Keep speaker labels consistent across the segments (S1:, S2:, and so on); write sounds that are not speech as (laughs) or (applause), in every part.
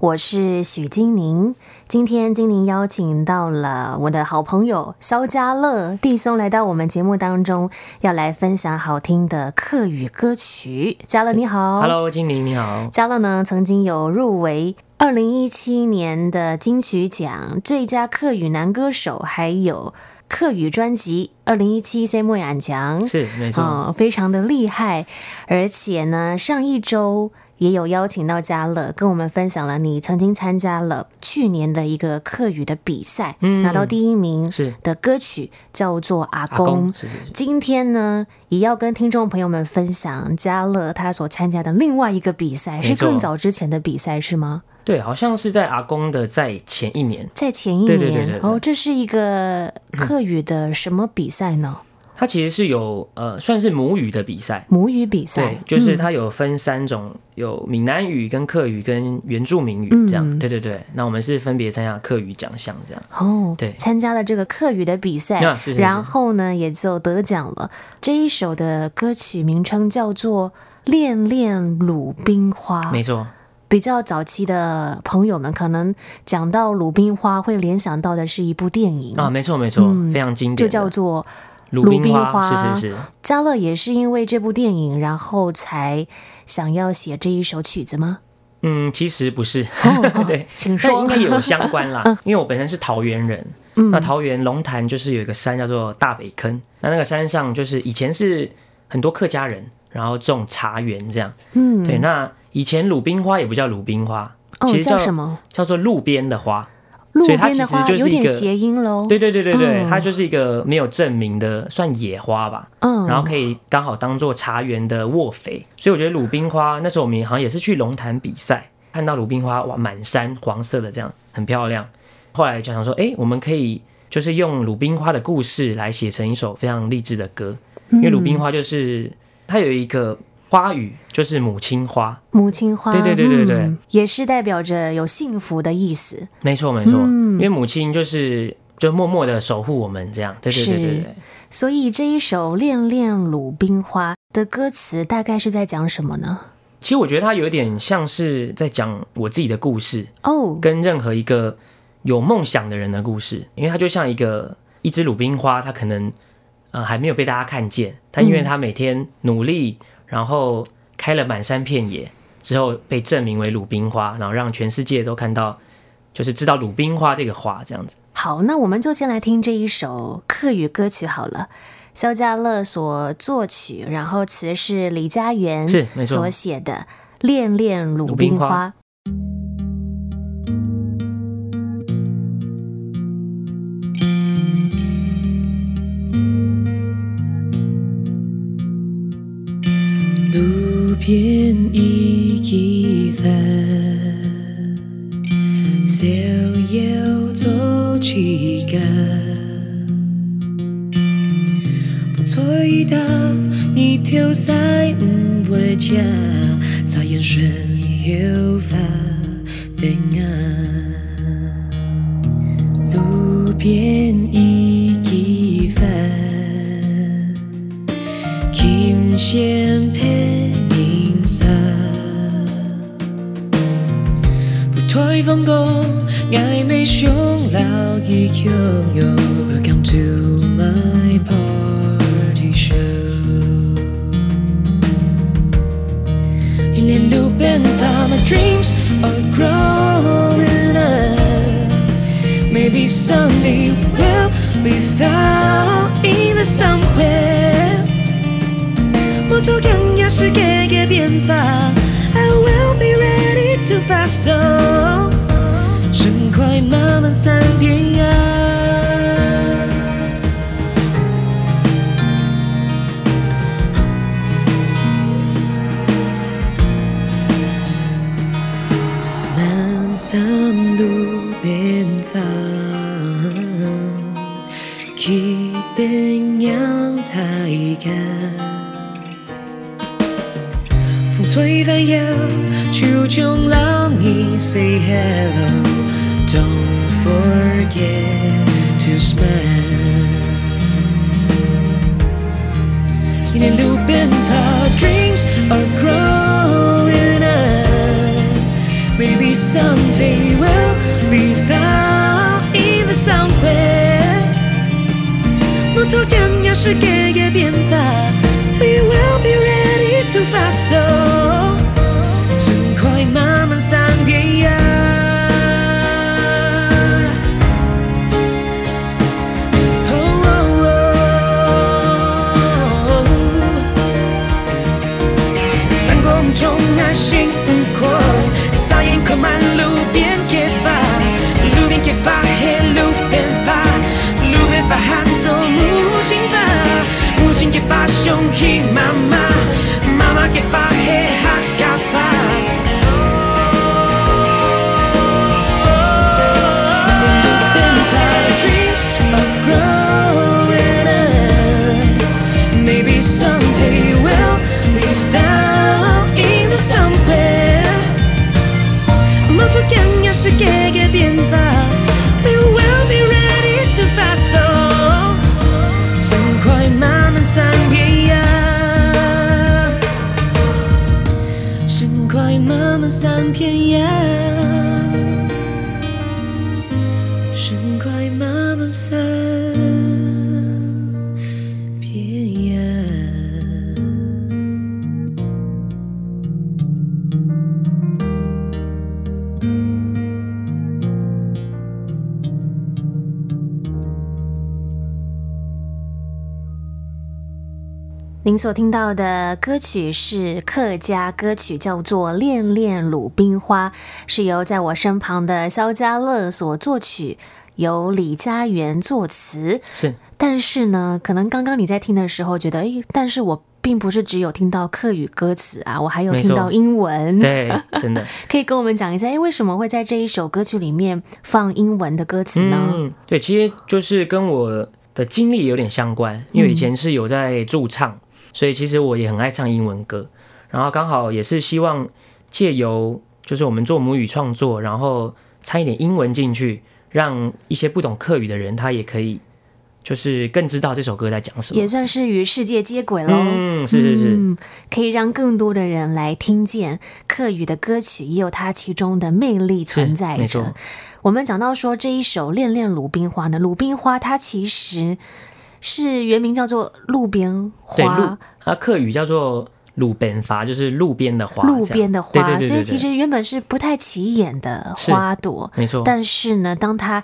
S1: 我是许金宁，今天金宁邀请到了我的好朋友肖家乐弟兄来到我们节目当中，要来分享好听的客语歌曲。家乐你好
S2: Hello，经理你好。
S1: 家乐呢曾经有入围二零一七年的金曲奖最佳客语男歌手，还有客语专辑二零一七最末奖奖，
S2: 是没错，
S1: 哦，非常的厉害。而且呢，上一周也有邀请到家乐，跟我们分享了你曾经参加了去年的一个客语的比赛，
S2: 嗯
S1: 拿到第一名
S2: 是
S1: 的歌曲叫做《阿
S2: 阿
S1: 公》。
S2: 公是是是，
S1: 今天呢，也要跟听众朋友们分享家乐他所参加的另外一个比赛，是
S2: 没错
S1: 更早之前的比赛是吗？
S2: 对，好像是在阿公的在前一年，
S1: 在前一年
S2: 对对对对对
S1: 哦，这是一个客语的什么比赛呢？
S2: 它其实是有呃算是母语的比赛，
S1: 母语比
S2: 对
S1: 赛，，嗯
S2: 就是它有分三种，有闽南语、跟客语、跟原住民
S1: 嗯
S2: 语这样。对对对，那我们是分别参加客语奖项这样。
S1: 哦，
S2: 对
S1: 参加了这个课语的比赛，
S2: 啊是是是
S1: 然后呢也就得奖了。这一首的歌曲名称叫做《恋恋鲁冰花》，
S2: 没错，
S1: 比较早期的朋友们可能讲到鲁冰花会联想到的是一部电影，
S2: 啊，没错没错，非常经典
S1: 嗯
S2: 的，
S1: 就叫做
S2: 鲁
S1: 鲁冰
S2: 冰花，
S1: 花
S2: 是是是，
S1: 家乐也是因为这部电影，然后才想要写这一首曲子
S2: (laughs)
S1: 吗？哦
S2: 嗯，其实不是，对，
S1: 请
S2: 但
S1: 说嗯
S2: 应。该
S1: (laughs)
S2: 也有相关啦，因为我本身是桃园人，那桃园龙潭就是有一个山叫做大北坑，那那个山上就是以前是很多客家人，然后种茶园这样，
S1: 嗯，
S2: 对，那以前鲁冰花也不叫鲁冰花，
S1: 哦
S2: 其，实
S1: 叫什么？
S2: 叫做路边的花，
S1: 路
S2: 以它
S1: 边的
S2: 其实
S1: 花
S2: 就是
S1: 有
S2: 一
S1: 点
S2: 个
S1: 谐音喽。
S2: 对对对对对，
S1: 嗯
S2: 它就是一个没有证明的算野花吧，
S1: 嗯，
S2: 然后可以刚好当做茶园的卧肥，所以我觉得鲁冰花那时候我们好像也是去龙潭比赛，看到鲁冰花哇满山黄色的这样很漂亮，后来就想说，哎，我们可以就是用鲁冰花的故事来写成一首非常励志的歌，因为鲁冰
S1: 嗯
S2: 花就是它有一个花语，就是母亲花，
S1: 母亲花，
S2: 对对对对对
S1: 嗯也是代表着有幸福的意思。
S2: 没错没错，
S1: 嗯
S2: 因为母亲就是就默默的守护我们这样，对对对对
S1: 是
S2: 对。
S1: 所以这一首《恋恋鲁冰花》的歌词大概是在讲什么呢？
S2: 其实我觉得它有点像是在讲我自己的故事，
S1: 哦，
S2: 跟任何一个有梦想的人的故事，因为它就像一个一只鲁冰花，它可能呃还没有被大家看见，但因为它每天努力，然后开了满山遍野之后，被证明为鲁冰花，然后让全世界都看到，就是知道鲁冰花这个花这样子。
S1: 好，那我们就先来听这一首客语歌曲好了。萧家乐所作曲，然后词是李佳媛
S2: 是没错
S1: 所写的《恋恋鲁
S2: 鲁
S1: 冰
S2: 冰花
S1: 花》。
S3: 路边一起分，逍遥做乞丐，不醉的你跳在五位家，撒眼神又发等啊。路边一起分。琴弦配音色，不退风过，暧昧汹老一汹涌。Welcome to my party show. 一脸路边发 My dreams are growing up. Maybe someday we'll be found in the somewhere. 我走向也是给个变法。I will be ready to 发送，神快慢慢散遍呀。漫山路边放，一定阳台看。风吹翻摇，秋中老你 say hello。Don't forget to smile. 一年路边跑，dreams are growing up。Maybe someday we'll be found in the somewhere。路途仍有世界的变化，We will be ready to 发售，神快慢慢上天涯。Oh, oh, oh. 三光中爱信无过，撒盐可满路边揭发，路边揭发黑路边发，路边发汗都母亲发，母亲揭发凶气妈妈，妈妈揭发黑哈嘎发。Maybe someday we'll be found in the somewhere. 冒出更有世界的变化，We will be ready to 发送，神快慢慢上天涯，神快慢慢上天涯。神快慢慢散，偏涯。
S1: 您所听到的歌曲是客家歌曲，叫做《恋恋鲁冰花》，是由在我身旁的萧家乐所作曲，由李佳媛作词。
S2: 是
S1: 但是呢，可能刚刚你在听的时候觉得，诶，但是我并不是只有听到客语歌词啊，我还有
S2: 没
S1: 听
S2: 错
S1: 到英文。
S2: 对，真的。
S1: 可以跟我们讲一下，诶，为什么会在这一首歌曲里面放英文的歌词呢？
S2: 嗯，对，其实就是跟我的经历有点相关，因为以前是有在驻唱，所以其实我也很爱唱英文歌。然后刚好也是希望借由就是我们做母语创作，然后掺一点英文进去，让一些不懂客语的人他也可以就是更知道这首歌在讲什么
S1: 也。算是与世界接轨喽。
S2: 嗯，是是是，
S1: 嗯，可以让更多的人来听见客语的歌曲，也有它其中的魅力存在
S2: 没
S1: 着
S2: 错。
S1: 我们讲到说这一首《恋恋鲁冰花》呢，鲁冰花它其实是原名叫做路边
S2: 对路
S1: 花，
S2: 它客语叫做路边花，就是路边的花这样，
S1: 路边的
S2: 对
S1: 花，
S2: 对对对
S1: 所以
S2: 对哦
S1: 其实原本是不太起眼的花朵，
S2: 没错，
S1: 但是呢，当它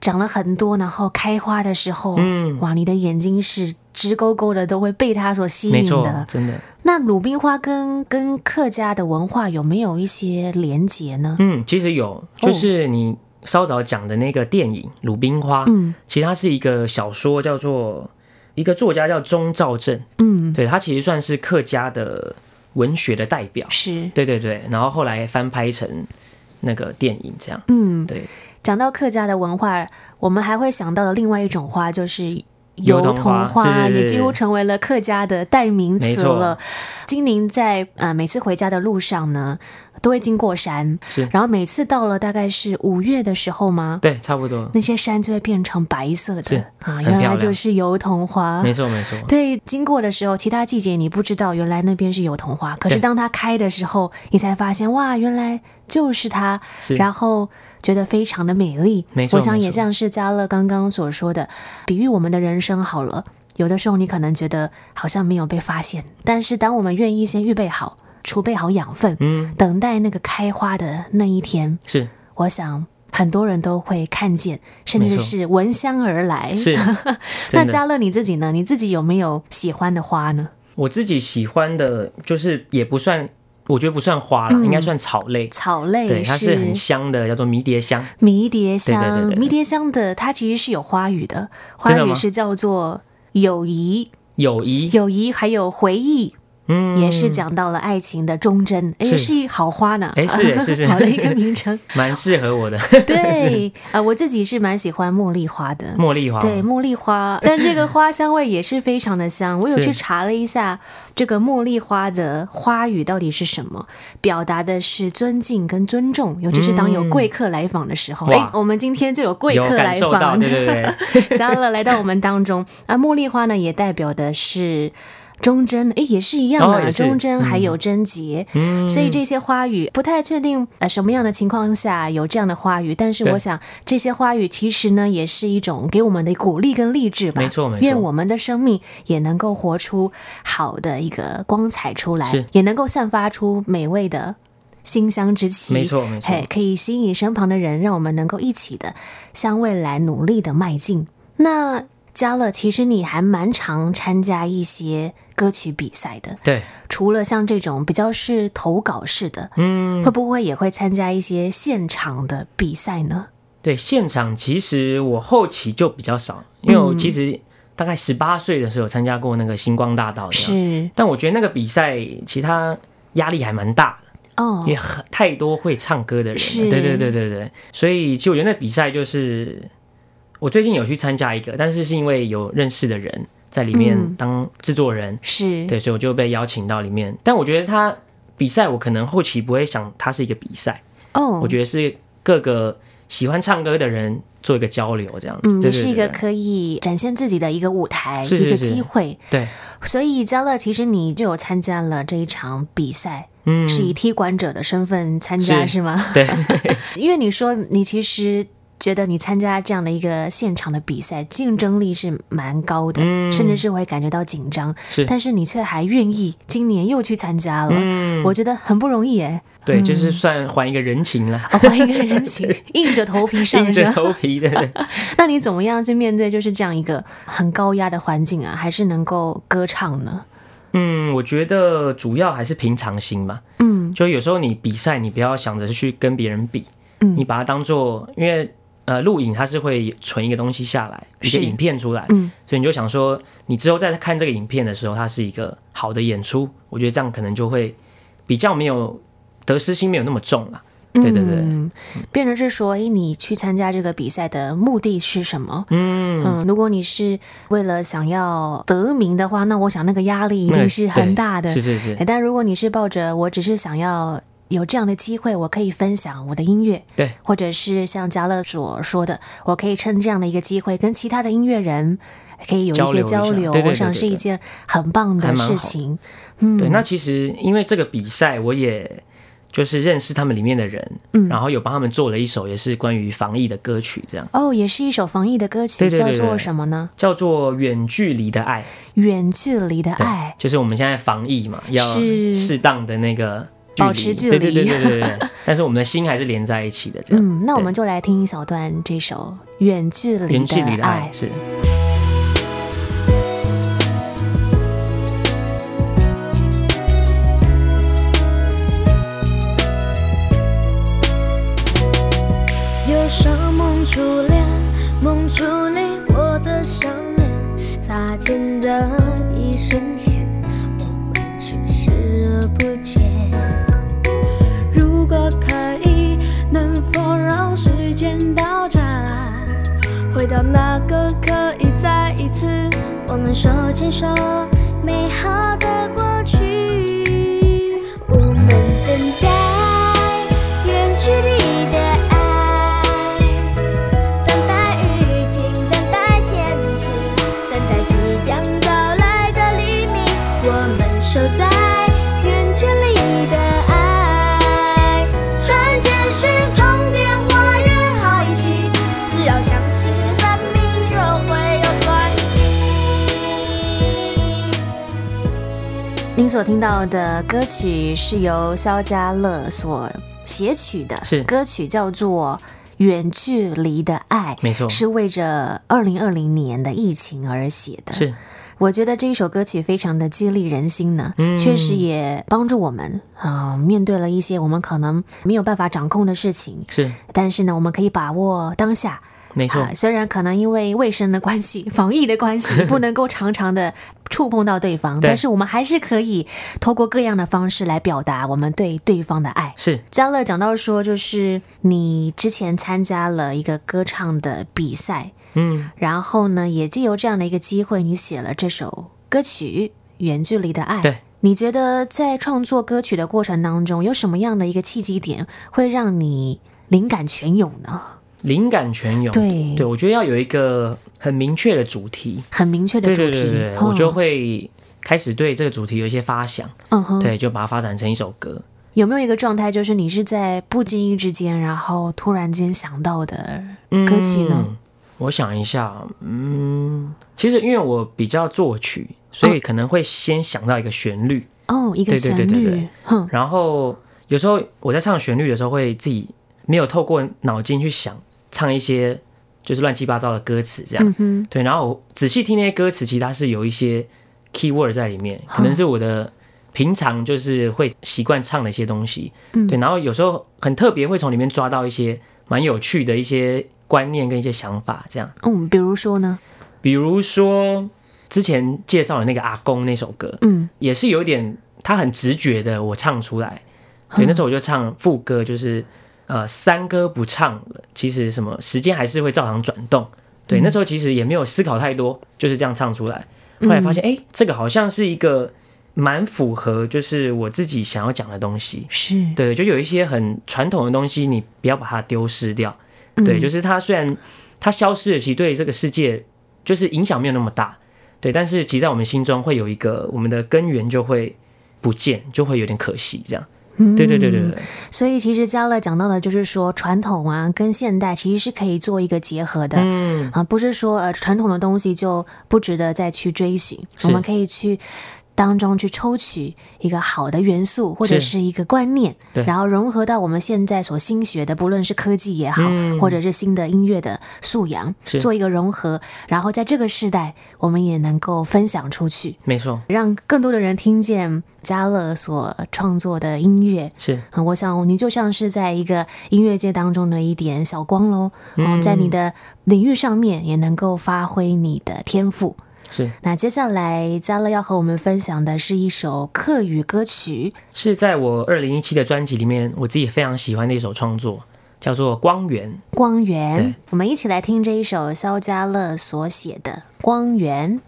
S1: 长了很多，然后开花的时候，
S2: 嗯
S1: 哇，你的眼睛是直勾勾的，都会被它所吸
S2: 没
S1: 引
S2: 错
S1: 的，。
S2: 真的。
S1: 那鲁冰花跟跟客家的文化有没有一些连结呢？
S2: 嗯，其实有，
S1: 哦
S2: 就是你稍早讲的那个电影《鲁冰花》，
S1: 嗯
S2: 其实它是一个小说，叫做一个作家叫钟兆政，
S1: 嗯，
S2: 对他其实算是客家的文学的代表，
S1: 是。
S2: 对对对，然后后来翻拍成那个电影这样，
S1: 嗯，
S2: 对，
S1: 讲到客家的文化，我们还会想到的另外一种花就是。
S2: 油桐
S1: 桐
S2: 花是是是
S1: 也几乎成为了客家的代名
S2: 没
S1: 词
S2: 错
S1: 了。金宁在呃每次回家的路上呢，都会经过山，
S2: 是
S1: 然后每次到了大概是五月的时候吗？
S2: 对，差不多，
S1: 那些山就会变成白色
S2: 是
S1: 的啊，
S2: 很
S1: 原来
S2: 漂亮
S1: 就是油桐花。
S2: 没错没错，
S1: 对，经过的时候，其他季节你不知道原来那边是油桐花，可是
S2: 对
S1: 当它开的时候，你才发现哇，原来就是它，
S2: 是
S1: 然后觉得非常的美丽。
S2: 没错
S1: 我想也
S2: 没错
S1: 像是嘉乐刚刚所说的，比喻我们的人生好了。有的时候你可能觉得好像没有被发现，但是当我们愿意先预备好、储备好养分，
S2: 嗯，
S1: 等待那个开花的那一天，
S2: 是
S1: 我想很多人都会看见，甚
S2: 没
S1: 至
S2: 错
S1: 是闻香而来。 (laughs)
S2: 是
S1: 那
S2: 真的。
S1: 嘉乐你自己呢？你自己有没有喜欢的花呢？
S2: 我自己喜欢的，就是也不算，我觉得不算花啦，应该算草类，
S1: 嗯草类
S2: 对，它是很香的，叫做迷迭香。
S1: 迷迭香，
S2: 对对对对对
S1: 迷迭香的它其实是有花语的，花
S2: 真的
S1: 语
S2: 吗
S1: 是叫做友谊，
S2: 友谊，
S1: 友谊还有回忆，
S2: 嗯，
S1: 也是讲到了爱情的忠贞，哎，
S2: 是
S1: 是一好花呢，
S2: 哎是是
S1: (laughs)
S2: 是
S1: 好的一个名
S2: (laughs)
S1: 称。
S2: 蛮适合我的
S1: 对，呃，我自己是蛮喜欢茉莉花的，
S2: 茉莉花。
S1: 对，茉莉花，但这个花香味也是非常的香。我有
S2: 是
S1: 去查了一下，这个茉莉花的花语到底是什么，表达的是尊敬跟尊重，尤其是当有贵客来访的时候。
S2: 嗯
S1: 哎、
S2: 哇
S1: 我们今天就有贵
S2: 有
S1: 客
S2: 感
S1: 来
S2: 受到，
S1: 访 (laughs)
S2: (laughs) 对，对对，
S1: 加勒来到我们当中。啊，茉莉花呢，也代表的是。忠贞，诶，也是一样
S2: 哦
S1: 啊，
S2: 也是
S1: 忠贞还有贞洁，
S2: 嗯，
S1: 所以这些花语不太确定呃什么样的情况下有这样的花语，但是
S2: 对
S1: 我想这些花语其实呢也是一种给我们的鼓励跟励志吧。
S2: 没错没错
S1: 愿我们的生命也能够活出好的一个光彩出来
S2: 是，
S1: 也能够散发出美味的。馨香之气，
S2: 没错没错
S1: 嘿，可以吸引身旁的人，让我们能够一起的向未来努力的迈进。那嘉乐，其实你还蛮常参加一些歌曲比赛的，
S2: 对，
S1: 除了像这种比较是投稿式的，
S2: 嗯，
S1: 会不会也会参加一些现场的比赛呢？
S2: 对，现场其实我后期就比较少，因为我
S1: 嗯
S2: 其实大概十八岁的时候有参加过那个星光大道，，
S1: 是
S2: 但我觉得那个比赛其实它压力还蛮大的，
S1: 哦
S2: 因为，很太多会唱歌的人
S1: 是
S2: 了，对对对对对，所以其实我觉得那比赛就是我最近有去参加一个，但是是因为有认识的人在里面
S1: 嗯
S2: 当制作人，
S1: 是
S2: 对，所以我就被邀请到里面，但我觉得他比赛我可能后期不会想它是一个比赛。
S1: 哦，
S2: 我觉得是各个喜欢唱歌的人做一个交流，这样子，
S1: 嗯，
S2: 对
S1: 也
S2: 对
S1: 是一
S2: 对
S1: 个可以展现自己的一个舞台，
S2: 是
S1: 一个
S2: 是是
S1: 机会。
S2: 对，
S1: 所以嘉乐，其实你就有参加了这一场比赛，
S2: 嗯，
S1: 是以踢馆者的身份参加
S2: 是
S1: 是吗？ (laughs)
S2: 对
S1: 因为你说你其实。觉得你参加这样的一个现场的比赛，竞争力是蛮高的，
S2: 嗯
S1: 甚至是会感觉到紧张。
S2: 是，
S1: 但是你却还愿意今年又去参加了，
S2: 嗯，
S1: 我觉得很不容易哎，
S2: 对，就是算还一个人情啦，
S1: 哦，换一个
S2: (laughs)
S1: 人情，硬着头皮上
S2: 硬着
S1: 是吧？
S2: 头皮的，对
S1: 那你怎么样去面对就是这样一个很高压的环境啊？还是能够歌唱呢？
S2: 嗯，我觉得主要还是平常心吧，
S1: 嗯，
S2: 就有时候你比赛，你不要想着是去跟别人比，
S1: 嗯
S2: 你把它当做，因为呃，录影它是会存一个东西下来，一
S1: 是
S2: 个影片出来，
S1: 嗯，
S2: 所以你就想说，你之后再看这个影片的时候，它是一个好的演出，我觉得这样可能就会比较没有得失心没有那么重啦。对对对，
S1: 嗯，变成是说，诶，你去参加这个比赛的目的是什么？
S2: 嗯，
S1: 嗯，如果你是为了想要得名的话，那我想那个压力一
S2: 那
S1: 定
S2: 个
S1: 是很
S2: 对
S1: 大的。哎
S2: 是是是
S1: 诶，但如果你是抱着我只是想要有这样的机会，我可以分享我的音乐，
S2: 对，
S1: 或者是像嘉乐所说的，我可以趁这样的一个机会跟其他的音乐人可以有一
S2: 交流
S1: 些
S2: 一下
S1: 交流，
S2: 对对对
S1: 我想
S2: 对
S1: 是一
S2: 对
S1: 件很棒
S2: 还
S1: 的
S2: 蛮好
S1: 事
S2: 的
S1: 情。嗯
S2: 对。那其实因为这个比赛，我也就是认识他们里面的人，嗯，然后有帮他们做了一首也是关于防疫的歌曲，这样
S1: 哦，也是一首防疫的歌曲，
S2: 对对对
S1: 叫做
S2: 对
S1: 什么呢？
S2: 叫做《远距离的爱》。
S1: 远距离的
S2: 对
S1: 爱，。
S2: 就是我们现在防疫嘛，要
S1: 是
S2: 适当的那个距
S1: 保
S2: 离
S1: 持距
S2: 对对对
S1: 离
S2: 对对对。 (laughs) 对但是我们的心还是连在一起的，这样。
S1: 嗯，那我
S2: 对
S1: 们就来听一小段这首《远距离
S2: 远
S1: 的
S2: 距离的
S1: 爱
S2: 爱》。是
S4: 忧伤梦初恋，梦出你我的相恋，擦肩的一瞬间，我们却视而不见。如果可以，能否让时间倒转，回到那个可以再一次我们手牵手美好的过去？我们等待远距离的爱，等待雨停，等待天晴，等待即将到来的黎明。我们守在远距离的爱，穿越时空电话约好一起，只要相信生命就会有转机。
S1: 您所听到的歌曲是由肖家乐所写曲的，
S2: 是
S1: 歌曲叫做《远距离的爱》，
S2: 没错
S1: 是为着二零二零年的疫情而写的。，
S2: 是，
S1: 我觉得这一首歌曲非常的激励人心呢，
S2: 嗯
S1: 确实也帮助我们啊、面对了一些我们可能没有办法掌控的事情，
S2: 是
S1: 但是呢，我们可以把握当下。
S2: 没错
S1: 啊，，虽然可能因为卫生的关系、防疫的关
S2: (laughs)
S1: 系，不能够常常的触碰到对方，
S2: 对
S1: 但是我们还是可以透过各样的方式来表达我们对对方的爱。
S2: 是
S1: 嘉乐讲到说，就是你之前参加了一个歌唱的比赛，
S2: 嗯，
S1: 然后呢，也借由这样的一个机会，你写了这首歌曲《远距离的爱》。
S2: 对。
S1: 你觉得在创作歌曲的过程当中，有什么样的一个契机点会让你灵感泉涌呢？
S2: 灵感泉涌。
S1: 对
S2: 对，我觉得要有一个很明确的主题。
S1: 很明确的
S2: 对
S1: 主
S2: 对
S1: 题，
S2: 对对，对
S1: 哦
S2: 我就会开始对这个主题有一些发想，
S1: 嗯哼，
S2: 对，就把它发展成一首歌。
S1: 有没有一个状态，就是你是在不经意之间，然后突然间想到的歌曲呢？
S2: 嗯我想一下，嗯，其实因为我比较作曲，所
S1: 嗯
S2: 以可能会先想到一个旋律，
S1: 哦，一个
S2: 对对
S1: 旋
S2: 对对
S1: 律
S2: 对，
S1: 哼，
S2: 然后有时候我在唱旋律的时候，会自己没有透过脑筋去想，唱一些就是乱七八糟的歌词这样。
S1: 嗯哼，
S2: 对，然后我仔细听那些歌词，其实它是有一些 key word 在里面，可能是我的平常就是会习惯唱的一些东西。对，然后有时候很特别，会从里面抓到一些蛮有趣的一些观念跟一些想法这样。
S1: 嗯，比如说呢，
S2: 比如说之前介绍的那个阿公那首歌，
S1: 嗯，
S2: 也是有点他很直觉的，我唱出来。对，那时候我就唱副歌，就是呃三歌不唱了，其实什么时间还是会照常转动。对，那时候其实也没有思考太多，就是这样唱出来。后来发现，哎、这个好像是一个蛮符合就是我自己想要讲的东西。
S1: 是，
S2: 对，就有一些很传统的东西，你不要把它丢失掉。
S1: 嗯
S2: 对，就是它虽然它消失了，其实对这个世界就是影响没有那么大。对，但是其实在我们心中会有一个我们的根源就会不见，就会有点可惜这样。对对对对对，
S1: 所以其实嘉乐讲到的就是说，传统啊跟现代其实是可以做一个结合的，
S2: 嗯，
S1: 啊，不是说呃传统的东西就不值得再去追寻，我
S2: 是
S1: 们可以去当中去抽取一个好的元素或者
S2: 是
S1: 是一个观念，
S2: 对
S1: 然后融合到我们现在所新学的，不论是科技也好，或者是新的音乐的素养，
S2: 嗯是
S1: 做一个融合，然后在这个时代，我们也能够分享出去，
S2: 没错，
S1: 让更多的人听见嘉乐所创作的音乐，
S2: 是
S1: 啊，我想你就像是在一个音乐界当中的一点小光喽，嗯，在你的领域上面也能够发挥你的天赋。
S2: 是
S1: 那接下来嘉乐要和我们分享的是一首客语歌曲，
S2: 是在我二零一七的专辑里面，我自己非常喜欢的一首创作，叫做《光源》。
S1: 《光源
S2: 对》，
S1: 我们一起来听这一首萧家乐所写的《光源》。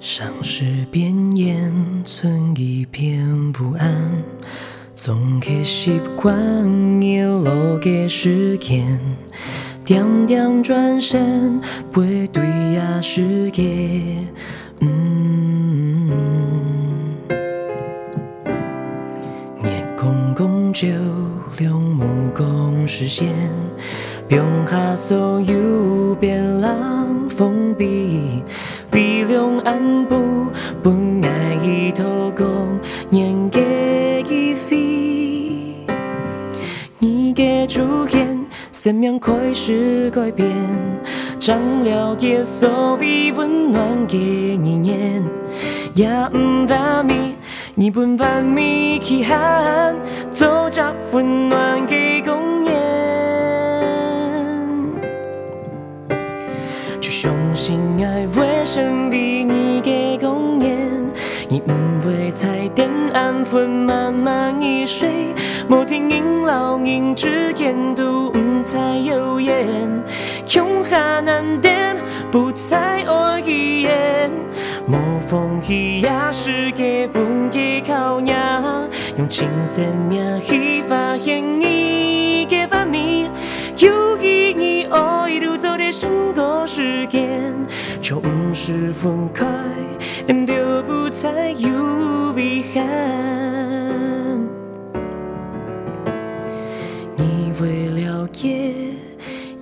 S2: 像是边缘存一片不安，总给习惯遗留给时间，点点转身背对啊世界，嗯。热公公照亮目光视线，屏下所有别人封闭，微量安部本爱意透光，年月已飞。你的出现，生命开始改变，长了也所谓温暖的语言，也唔完美，日本完美期限，做着温暖的公园。就相信爱会成为你的公园，你不会踩点安分慢慢一睡，某天因老人之眼都不再有眼，恐吓难点不再恶语言，无风起也是给本给考验，用尽生命去发现你的完美，有意义爱路走的胜过时间，就不是分开，就不再有遗憾。你会了解，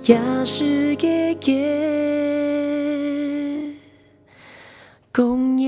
S2: 也是给给公演。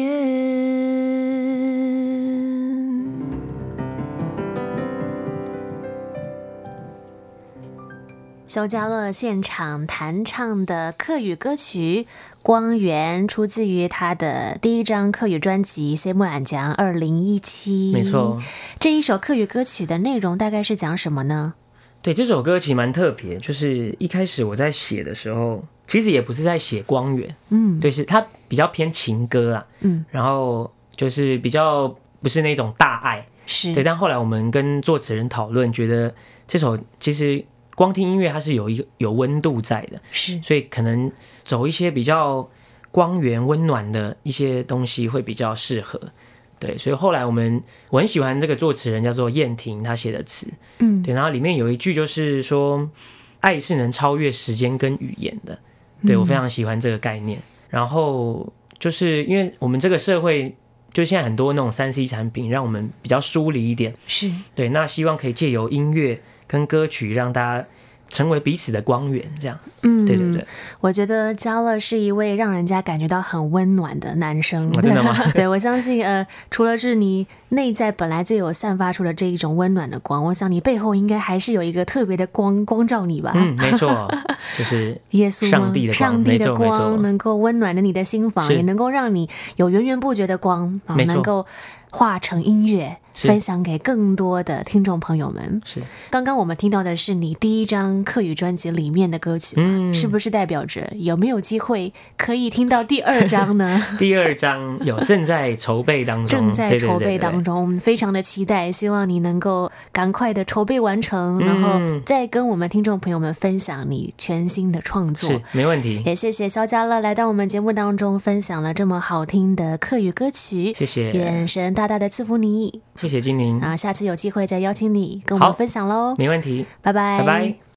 S1: 萧家乐现场弹唱的客语歌曲《光源》，出自于他的第一张客语专辑《C 木俺讲》二零一七。
S2: 没错，哦
S1: 这一首客语歌曲的内容大概是讲什么呢？
S2: 对，这首歌其实蛮特别，就是一开始我在写的时候，其实也不是在写光源，嗯，对，是它比较偏情歌啊，嗯，然后就是比较不是那种大爱，
S1: 是
S2: 对，但后来我们跟作词人讨论，觉得这首其实。光听音乐它是有一个有温度在的，
S1: 是
S2: 所以可能走一些比较光源温暖的一些东西会比较适合。对，所以后来我们我很喜欢这个作词人叫做燕婷，她写的词，
S1: 嗯
S2: 对，然后里面有一句就是说，爱是能超越时间跟语言的，对
S1: 嗯
S2: 我非常喜欢这个概念。然后就是因为我们这个社会，就现在很多那种三 C 产品，让我们比较疏离一点，
S1: 是
S2: 对，那希望可以借由音乐跟歌曲，让大家成为彼此的光源，这样，
S1: 嗯
S2: 对对对。
S1: 我觉得嘉乐是一位让人家感觉到很温暖的男生。
S2: 哦真的吗
S1: (laughs) 对，我相信，呃，除了是你内在本来就有散发出的这一种温暖的光，我想你背后应该还是有一个特别的光光照你吧。
S2: 嗯，没错，就是
S1: 耶稣吗
S2: 上帝的光
S1: 上帝的
S2: 没错没错
S1: 光能够温暖了你的心房，
S2: 是
S1: 也能够让你有源源不绝的光啊，
S2: 没错
S1: 能够化成音乐，
S2: 是
S1: 分享给更多的听众朋友们。
S2: 是
S1: 刚刚我们听到的是你第一张客语专辑里面的歌曲，
S2: 嗯
S1: 是不是代表着有没有机会可以听到第二张
S2: (laughs)
S1: 呢？
S2: 第二章有正在筹备当中，
S1: 正在
S2: 对对对
S1: 筹备当
S2: 对
S1: 中，我们非常的期待，希望你能够赶快的筹备完成，然后
S2: 嗯
S1: 再跟我们听众朋友们分享你全新的创作。
S2: 是没问题，
S1: 也谢谢肖家乐来到我们节目当中，分享了这么好听的客语歌曲。
S2: 谢谢，
S1: 愿神大大的赐福你，
S2: 谢谢金宁，
S1: 啊，下次有机会再邀请你跟我们
S2: 好
S1: 分享喽，
S2: 没问题，
S1: 拜拜，
S2: 拜拜。